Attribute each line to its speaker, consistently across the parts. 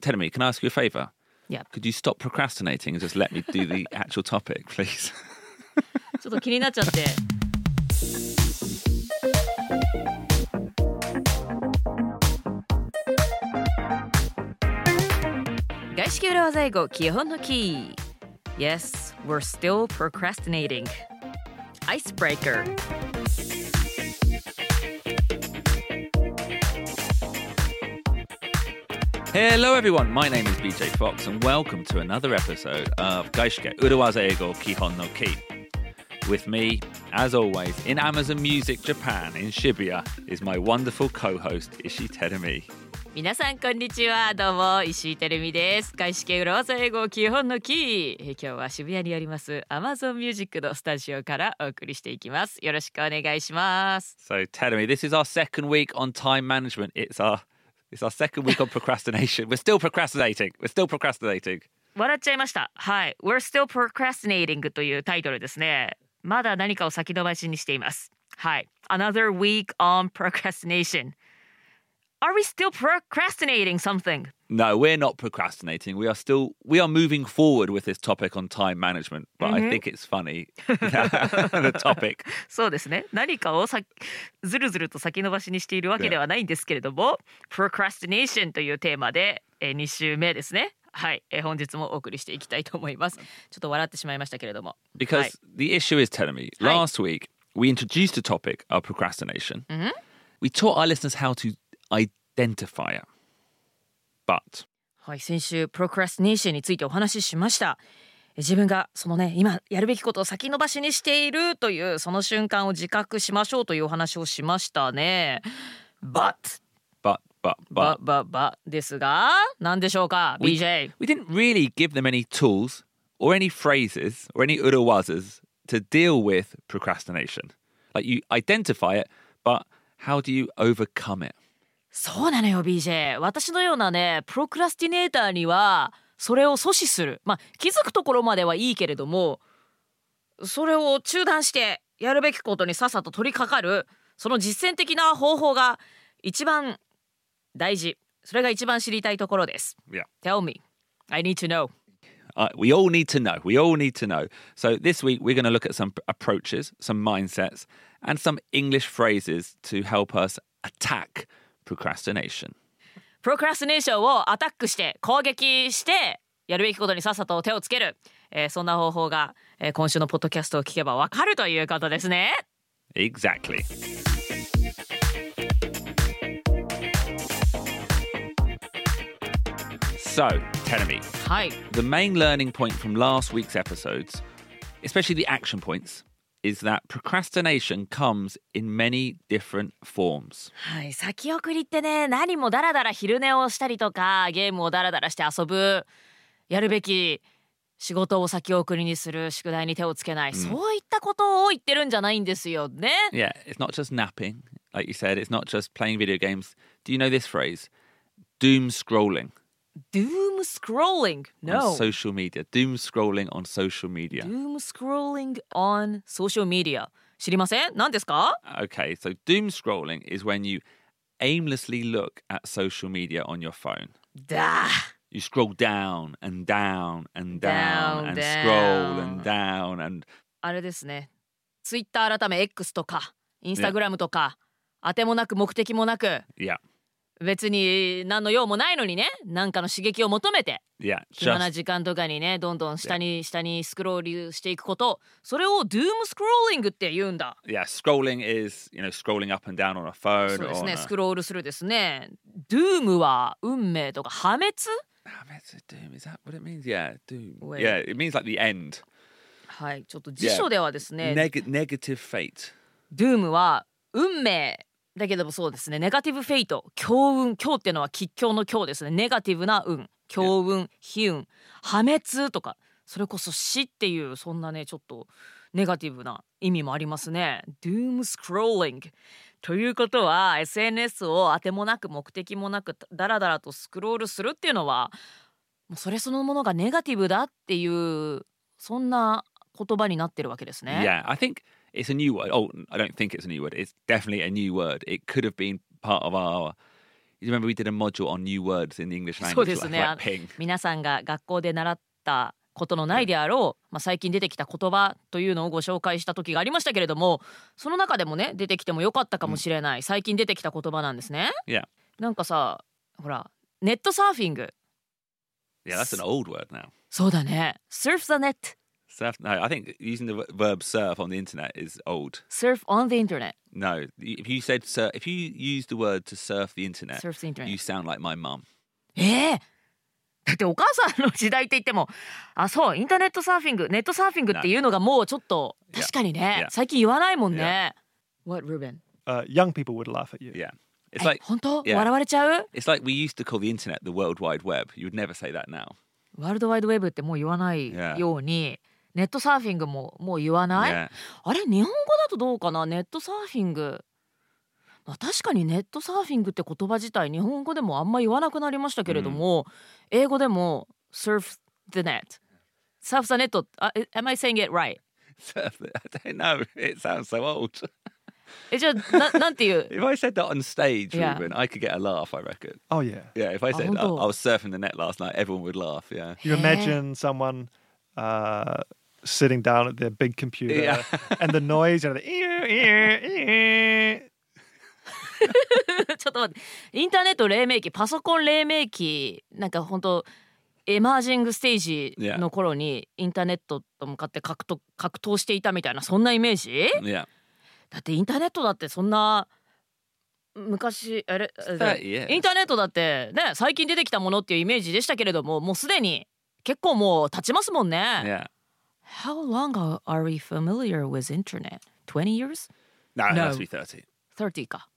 Speaker 1: telling me, can I ask you a favour?
Speaker 2: Yeah.
Speaker 1: Could you stop procrastinating and just let me do the actual topic, please?
Speaker 2: ちょっと気になっちゃって。外資系裏技英語基本のキー。Yes, we're still procrastinating. Icebreaker.
Speaker 1: Hello, everyone. My name is BJ Fox, and welcome to another episode of Gaishke Uruwaza Ego Kihon no Ki. With me, as always, in Amazon Music Japan in Shibuya is my wonderful co host, Ishi Terumi.
Speaker 2: 皆さんこんにちはどうも石井てるみです外資系裏技英語基本のキーえー今日は渋谷にあります Amazon Music のスタジオからお送りしていきますよろしくお願いします
Speaker 1: So, Terumi, this is our second week on time management. It's our it's our second week on procrastination. We're still procrastinating. We're still procrastinating.
Speaker 2: 笑っちゃいましたはい We're still procrastinating というタイトルですねまだ何かを先延ばしにしていますはい Another week on procrastination Are we still procrastinating something?
Speaker 1: No, we're not procrastinating. We are still we are moving forward with this topic on time management. But
Speaker 2: Mm-hmm.
Speaker 1: I think it's funny the topic.
Speaker 2: そうですね何かをさずるずると先延ばしにしているわけではないんですけれども「Procrastination」というテーマで、え2週目ですねはい、えー本日もお送りしていきたいと思いますちょっと笑ってしまいましたけれども
Speaker 1: Because
Speaker 2: Right.
Speaker 1: the issue is telling me
Speaker 2: Right.
Speaker 1: last week we introduced a topic of procrastination.
Speaker 2: Mm-hmm.
Speaker 1: We taught our listeners how to identify it. But
Speaker 2: はい先週「Procrastination」についてお話ししましたえー自分がそのね今やるべきことを先延ばしにしているというその瞬間を自覚しましょうというお話をしましたね But
Speaker 1: but but
Speaker 2: but
Speaker 1: but
Speaker 2: but but ですが何でしょうか BJ
Speaker 1: we didn't really give them any tools or any phrases or any urawazas to deal with procrastination. Like you identify it, but how do you overcome it?
Speaker 2: そうなのよ BJ 私のようなねプロクラスティネーターにはそれを阻止するまあ気づくところまではいいけれどもそれを中断してやるべきことにさっさと取り掛かるその実践的な方法が一番大事それが一番知りたいところです
Speaker 1: Yeah.
Speaker 2: Tell me I need to know
Speaker 1: Uh, we all need to know. We all need to know. So this week we're going to look at some p- approaches, some mindsets, and some English phrases to help us attack procrastination.
Speaker 2: プロクラスティネーションをアタックして攻撃してやるべきことにさっさと手をつける、えーそんな方法が、えー今週のポッドキャストを聞けばわかるということですね
Speaker 1: Exactly. So, Tenemy,
Speaker 2: はい
Speaker 1: the main learning point from last week's episodes, especially the action points, is that procrastination comes in many different forms.
Speaker 2: はい、先送りってね何もダラダラ昼寝をしたりとかゲームをダラダラして遊ぶやるべき仕事を先送りにする宿題に手をつけない、そういったことを言ってるんじゃないんですよね。
Speaker 1: Yeah, it's not just napping, like you said. It's not just playing video games. Do you know this phrase? Doom scrolling
Speaker 2: Doom scrolling no
Speaker 1: on social media. Doom scrolling on social media.
Speaker 2: Doom scrolling on social media 知りません何ですか
Speaker 1: Okay, so doom scrolling is when you aimlessly look at social media on your phone.
Speaker 2: だ
Speaker 1: You scroll down and down and down,
Speaker 2: Down,
Speaker 1: and
Speaker 2: down.
Speaker 1: scroll and down and
Speaker 2: あれですね Twitter 改め X とか Instagram とか、当てもなく目的もなく
Speaker 1: yeah,
Speaker 2: 別に何の用もないのにね何かの刺激を求めて
Speaker 1: yeah,
Speaker 2: 暇な
Speaker 1: just
Speaker 2: 時間とかにねどんどん下に下にスクロールしていくことそれをドゥームスクローリングって言うんだ
Speaker 1: yeah. Scrolling is you know scrolling up and down on a phone
Speaker 2: そう
Speaker 1: or
Speaker 2: です
Speaker 1: on
Speaker 2: ね
Speaker 1: a-
Speaker 2: スクロールするですねドゥームは運命とか破滅
Speaker 1: Ah, that's a doom. Is that what it means? Yeah, doom.
Speaker 2: Wait.
Speaker 1: Yeah, it means like the end.
Speaker 2: はいちょっと辞書ではですね、
Speaker 1: Neg- negative fate.
Speaker 2: ドゥームは運命だけどもそうですねネガティブフェイト強運強っていうのは吉強の強ですねネガティブな運強運悲運破滅とかそれこそ死っていうそんなねちょっとネガティブな意味もありますねドゥームスクローリングということは SNS を当てもなく目的もなくダラダラとスクロールするっていうのはもうそれそのものがネガティブだっていうそんな言葉になってるわけですね。
Speaker 1: Yeah, I think it's a new word. Oh, I don't think it's a new word. It's definitely a new word. It could have been part of our You remember we did a module on new words in the English
Speaker 2: そう
Speaker 1: language,
Speaker 2: ですね
Speaker 1: like, like ping.
Speaker 2: 皆さんが学校で習ったことのないであろう、まあ、最近出てきた言葉というのをご紹介した時がありましたけれどもその中でもね出てきてもよかったかもしれない、最近出てきた言葉なんですね。
Speaker 1: Yeah.
Speaker 2: なんかさほらネットサーフィング
Speaker 1: Yeah, that's an old word now.
Speaker 2: そうだね Surf the net
Speaker 1: Surf. No, I think using the ver- verb surf on the internet is old.
Speaker 2: Surf on the internet
Speaker 1: No, y- if you said sur if you use the word to surf the internet,
Speaker 2: Surf the internet
Speaker 1: you sound like my mum.
Speaker 2: ええだってお母さんの時代って言ってもあそうインターネットサーフィングネットサーフィングっていうのがもうちょっと
Speaker 1: Yeah.
Speaker 2: 確かにね
Speaker 1: Yeah.
Speaker 2: 最近言わないもんね。What Ruben?
Speaker 3: Uh, young people would laugh at you.
Speaker 1: Yeah, it's
Speaker 2: え
Speaker 1: like
Speaker 2: 本当
Speaker 1: Yeah.
Speaker 2: 笑われちゃう
Speaker 1: it's like we used to call the internet the World Wide Web. You would never say that now.
Speaker 2: ワールドワイドウェブってもう言わない
Speaker 1: Yeah.
Speaker 2: ようにネットサーフィングももう言わない、
Speaker 1: Yeah,
Speaker 2: あれ日本語だとどうかなネットサーフィング、まあ、確かにネットサーフィングって言葉自体日本語でもあんま言わなくなりましたけれども、英語でも surf the net surf the net あえ am I saying it right?
Speaker 1: surf. the- I don't know. It sounds so old.
Speaker 2: えじゃあ ななんていう
Speaker 1: If I said that on stage,
Speaker 2: Yeah.
Speaker 1: Ruben, I could get a laugh. I reckon.
Speaker 3: Oh yeah.
Speaker 1: Yeah, if I said I,
Speaker 2: wonder.
Speaker 1: I was surfing the net last night, everyone would laugh. Yeah.
Speaker 3: You
Speaker 2: Yeah.
Speaker 3: imagine someone uh, sitting down at their big computer
Speaker 1: Yeah.
Speaker 3: and the noise, you know, the ear, ear, ear.
Speaker 2: ちょっと待ってインターネット黎明期パソコン黎明期なんか本当エマージングステージの頃にインターネットと向かって格闘格闘していたみたいなそんなイメージ
Speaker 1: Yeah.
Speaker 2: だってインターネットだってそんな昔あれあれだ
Speaker 1: Thirty years.
Speaker 2: インターネットだってね最近出てきたものっていうイメージでしたけれどももうすでに結構もう経ちますもんね。
Speaker 1: Yeah.
Speaker 2: How long are we familiar with internet? 20 years?
Speaker 1: No, it
Speaker 2: No.
Speaker 1: has to be 30.
Speaker 2: 30か。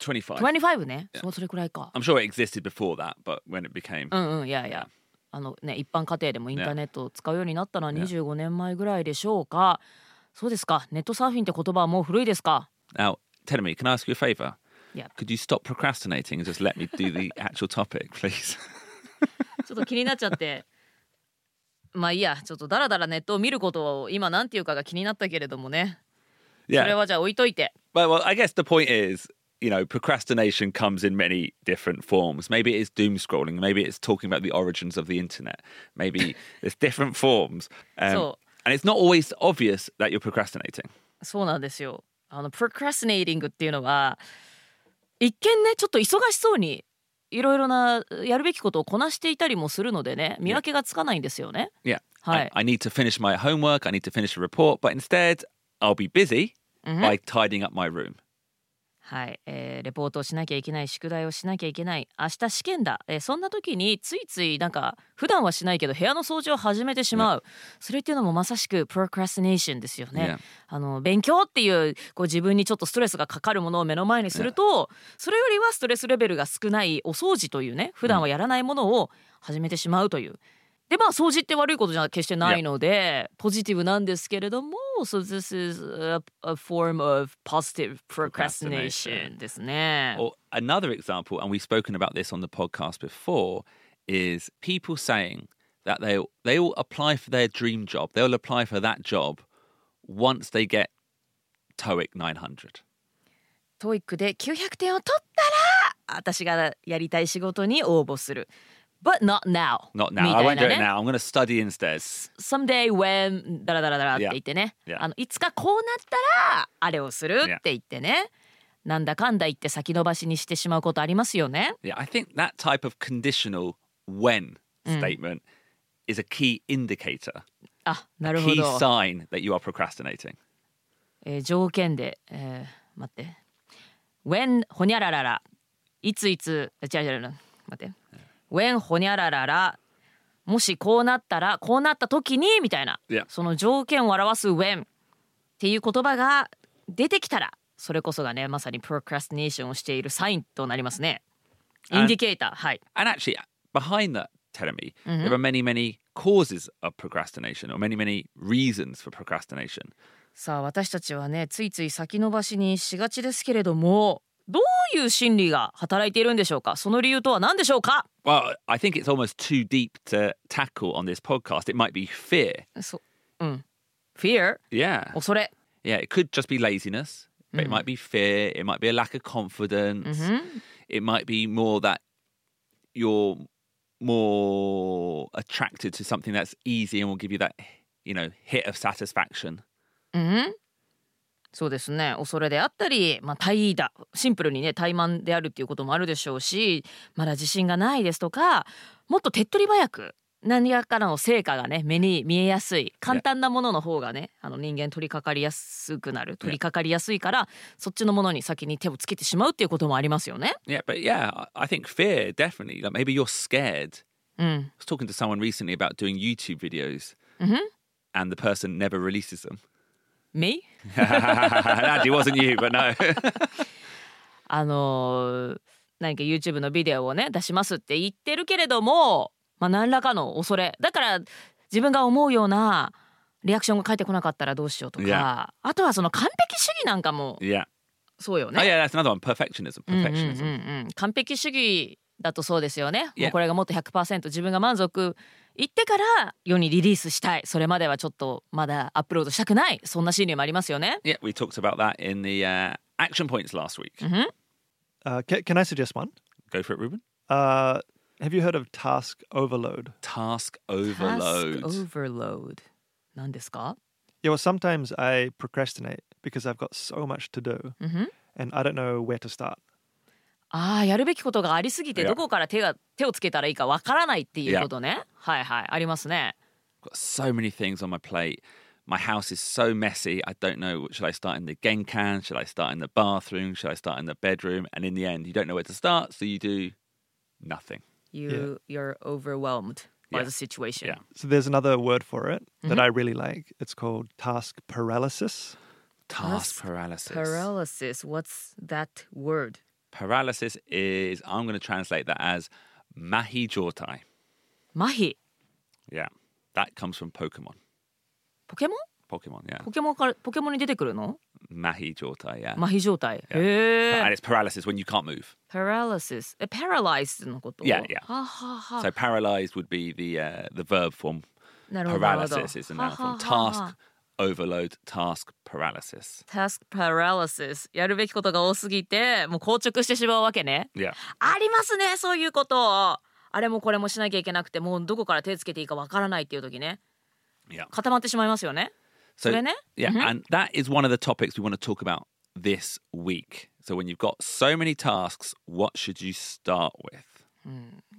Speaker 1: 25.
Speaker 2: 25ね。そうそれくらいか。
Speaker 1: I'm sure it existed before that, but when it became.
Speaker 2: うんうんいやいやあのね一般家庭でもインターネットを使うようになったのは
Speaker 1: Yeah.
Speaker 2: 25年前ぐらいでしょうかそうですかネットサーフィンって言葉はもう古いですか
Speaker 1: Now, tell me, can I ask you a favour?
Speaker 2: Yeah.
Speaker 1: Could you stop procrastinating and just let me do the actual topic, please?
Speaker 2: ちょっと気になっちゃって まあいいやちょっとだらだらネットを見ることを今なんていうかが気になったけれどもねそ
Speaker 1: yeah.
Speaker 2: れはじゃあ置いといて
Speaker 1: Well, well, I guess the point is, you know, procrastination comes in many different forms. Maybe it's doom scrolling. Maybe it's talking about the origins of the internet. Maybe there's different forms. Um,
Speaker 2: So-
Speaker 1: and it's not always obvious that you're procrastinating.
Speaker 2: そうなんですよあの procrastinating っていうのは一見ねちょっと忙しそうにいろいろなやるべきことをこなしていたりもするのでね見分けがつかないんですよね
Speaker 1: Yeah.
Speaker 2: Hi.
Speaker 1: I, I need to finish my homework. I need to finish a report. But instead, I'll be busy by tidying up my room.
Speaker 2: はい、えーレポートをしなきゃいけない宿題をしなきゃいけない明日試験だ、えーそんな時についついなんか普段はしないけど部屋の掃除を始めてしまう、それっていうのもまさしくプロクラスティネーションですよね、
Speaker 1: Yeah.
Speaker 2: あの勉強っていうこう自分にちょっとストレスがかかるものを目の前にすると、それよりはストレスレベルが少ないお掃除というね普段はやらないものを始めてしまうという。でまあ掃除って悪いことじゃ決してないので、ポジティブなんですけれども So this is a, a form of positive procrastination
Speaker 1: Procrastination
Speaker 2: ですね。
Speaker 1: Or another example, and we've spoken about this on the podcast before, is people saying that they they will apply for their dream job. They'll apply for that job once they get TOEIC 900.
Speaker 2: トイックで900点を取ったら私がやりたい仕事に応募する。But not now.
Speaker 1: Not now.
Speaker 2: み
Speaker 1: I
Speaker 2: たい
Speaker 1: won't
Speaker 2: な
Speaker 1: do
Speaker 2: ね
Speaker 1: it now. I'm going to study instead.
Speaker 2: someday when ダラダラダラって言ってね、
Speaker 1: Yeah.
Speaker 2: あのいつかこうなったらあれをするって言ってね、なんだかんだ言って先延ばしにしてしまうことありますよね
Speaker 1: Yeah, I think that type of conditional when statement is a key indicator,
Speaker 2: あなるほ
Speaker 1: key
Speaker 2: ど、
Speaker 1: sign that you are procrastinating.
Speaker 2: えー条件で、えー待って when ほにゃらららいついつ違う違う違う待って when ほにゃらららもしこうなったらこうなった時にみたいな、
Speaker 1: Yeah.
Speaker 2: その条件を表す when っていう言葉が出てきたらそれこそがねまさにプロクラスティネーションをしているサインとなりますねインディケーターはい
Speaker 1: And actually, behind that, Teremi, there are many, many causes of procrastination or many, many reasons for procrastination.
Speaker 2: さあ私たちはねついつい先延ばしにしがちですけれどもどういう心理が働いているんでしょうかその理由とは何でしょうか
Speaker 1: Well, I think it's almost too deep to tackle on this podcast. It might be fear.
Speaker 2: そうん Fear
Speaker 1: Yeah.
Speaker 2: 恐れ Mm-hmm.
Speaker 1: Yeah, it could just be laziness, but it might be fear. It might be a lack of confidence. it might be more that you're more attracted to something that's easy and will give you that you know hit of satisfaction
Speaker 2: うんそうですね恐れであったり、まあ、怠惰シンプルにね怠慢であるっていうこともあるでしょうしまだ自信がないですとかもっと手っ取り早く何らかの成果がね目に見えやすい簡単なものの方がねあの人間取り掛かりやすくなる取り掛かりやすいからそっちのものに先に手をつけてしまうっていうこともありますよね。
Speaker 1: yeah but yeah I- i think fear definitely like maybe you're scared
Speaker 2: うん、
Speaker 1: I was talking to someone recently about doing YouTube videos, and the person never releases them.
Speaker 2: めい
Speaker 1: that wasn't you, but no.
Speaker 2: あのー何か YouTube のビデオをね出しますって言ってるけれども、まあ、何らかの恐れだから自分が思うようなリアクションが返ってこなかったらどうしようとか、
Speaker 1: いや
Speaker 2: あとはその完璧主義なんかも
Speaker 1: yeah.
Speaker 2: そうよ
Speaker 1: Oh
Speaker 2: ね。
Speaker 1: yeah, that's another one. Perfectionism.
Speaker 2: うんうんうん
Speaker 1: Perfectionism.
Speaker 2: うん完璧主義だとそうですよね。
Speaker 1: いや
Speaker 2: もうこれがもっと100%自分が満足いってから世にリリースしたいそれまではちょっとまだアップロードしたくないそんな心理もありますよね。
Speaker 1: Yeah, we talked about that in the uh, action points last week.
Speaker 3: Uh, can, can I suggest one?
Speaker 1: Go for it, Ruben.
Speaker 3: Uh, have you heard of task overload?
Speaker 1: Task overload.
Speaker 2: Task overload 何ですか
Speaker 3: Yeah, well, sometimes I procrastinate because I've got so much to do and I don't know where to start.
Speaker 2: ああやるべきことがありすぎて
Speaker 1: いや
Speaker 2: どこから手が手をつけたらいいかわからないっていうことね。はいはいありますね。
Speaker 1: got so many things on my plate. My house is so messy. I don't know. Should I start in the genkan? Should I start in the bathroom? Should I start in the bedroom? And in the end, you don't know where to start, so you do nothing.
Speaker 2: You you're overwhelmed by the situation.
Speaker 1: Yeah.
Speaker 3: So there's another word for it that I really like. It's called task paralysis.
Speaker 1: Task
Speaker 2: Task
Speaker 1: paralysis.
Speaker 2: Paralysis. What's that word?
Speaker 1: Paralysis is, I'm going to translate that as mahi jortai.
Speaker 2: 麻痺。
Speaker 1: Yeah. That comes from Pokemon.
Speaker 2: ポケモン？
Speaker 1: Pokemon, yeah.
Speaker 2: ポケモンからポケモンに出てくるの？
Speaker 1: Mahi jortai, yeah.
Speaker 2: 麻痺状態。
Speaker 1: Yeah.
Speaker 2: へえ。
Speaker 1: And it's paralysis when you can't move.
Speaker 2: Paralysis. え paralyzed のこと。
Speaker 1: Yeah, yeah.
Speaker 2: はあはあはあ
Speaker 1: So paralyzed would be the uh, the verb form.
Speaker 2: なるほどなるほど。
Speaker 1: Paralysis is the noun
Speaker 2: はあは
Speaker 1: form.
Speaker 2: あは
Speaker 1: Task
Speaker 2: あ
Speaker 1: overload, task paralysis.
Speaker 2: task paralysis やるべきことが多すぎてもう硬直してしまうわけね
Speaker 1: Yeah.
Speaker 2: ありますねそういうことあれもこれもしなきゃいけなくてもうどこから手つけていいかわからないっていう時ね
Speaker 1: Yeah.
Speaker 2: 固まってしまいますよね
Speaker 1: So,
Speaker 2: それね。
Speaker 1: yeah, and that is one of the topics we want to talk about this week. So when you've got so many tasks, what should you start with?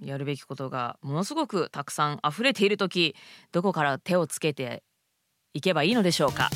Speaker 2: やるべきことがものすごくたくさん溢れている時どこから手をつけていけばいいのでしょうか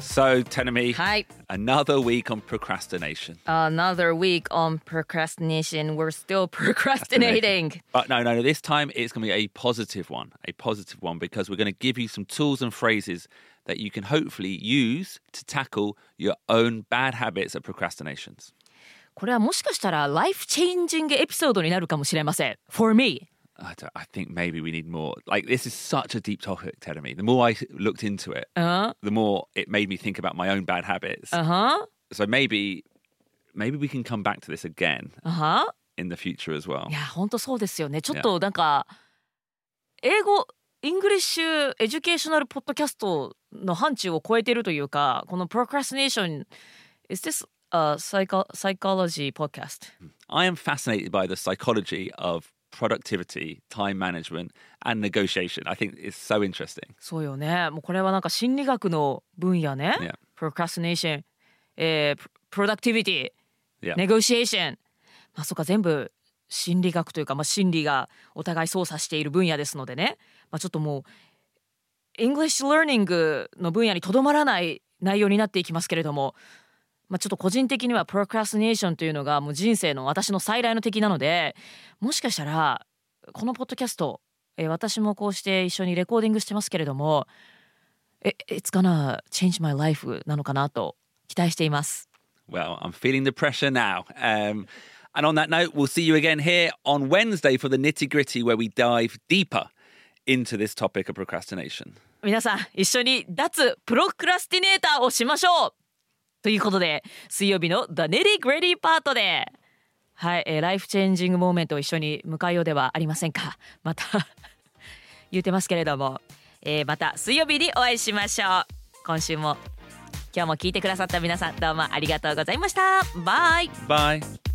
Speaker 1: So, Tenemi,
Speaker 2: はい
Speaker 1: another week on procrastination.
Speaker 2: Another week on procrastination we're still procrastinating
Speaker 1: But no, no, no. This time it's going to be a positive one, a positive one, because we're going to give you some tools and phrases that you can hopefully use to tackle your own bad habits of procrastinations.
Speaker 2: これはもしかしたらライフチェンジングエピソードになるかもしれません For me
Speaker 1: I, don't, I think maybe we need more. Like this is such a deep topic, Teremy. The more I looked into it,
Speaker 2: うん
Speaker 1: the more it made me think about my own bad habits.
Speaker 2: うんはん
Speaker 1: So maybe, maybe we can come back to this again
Speaker 2: うんはん
Speaker 1: in the future as well.
Speaker 2: いや本当そうですよねちょっとなんか英語イングリッシュエデュケーショナルポッドキャストの範疇を超えてるというかこの procrastination is this a psycho- psychology podcast
Speaker 1: I am fascinated by the psychology of productivity, time management, and negotiation. I think it's so interesting.
Speaker 2: そうよねもうこれはなんか心理学の分野ね、
Speaker 1: Yeah.
Speaker 2: procrastination えー、プロダクティビティ
Speaker 1: Yeah.
Speaker 2: ネゴシエーションまあそっか全部心理学というか、まあ、心理がお互い操作している分野ですのでね、まあ、ちょっともう English Learning の分野にとどまらない内容になっていきますけれども、まあ、ちょっと個人的には procrastination というのがもう人生の私の最大の敵なのでもしかしたらこのポッドキャスト、えー私もこうして一緒にレコーディングしてますけれどもえ It's gonna change my life なのかなと期待しています。
Speaker 1: Well, I'm feeling the pressure now. Um, and on that note, we'll see you again here on Wednesday for the nitty gritty, where we dive deeper into this topic of procrastination.
Speaker 2: 皆さん一緒に脱プロクラスティネーターをしましょうということで水曜日の The Nitty Gritty パートではい、えーライフチェンジングモーメントを一緒に迎えようではありませんかまた言うてますけれども、えーまた水曜日にお会いしましょう今週も今日も聞いてくださった皆さんどうもありがとうございましたバイ
Speaker 1: Bye.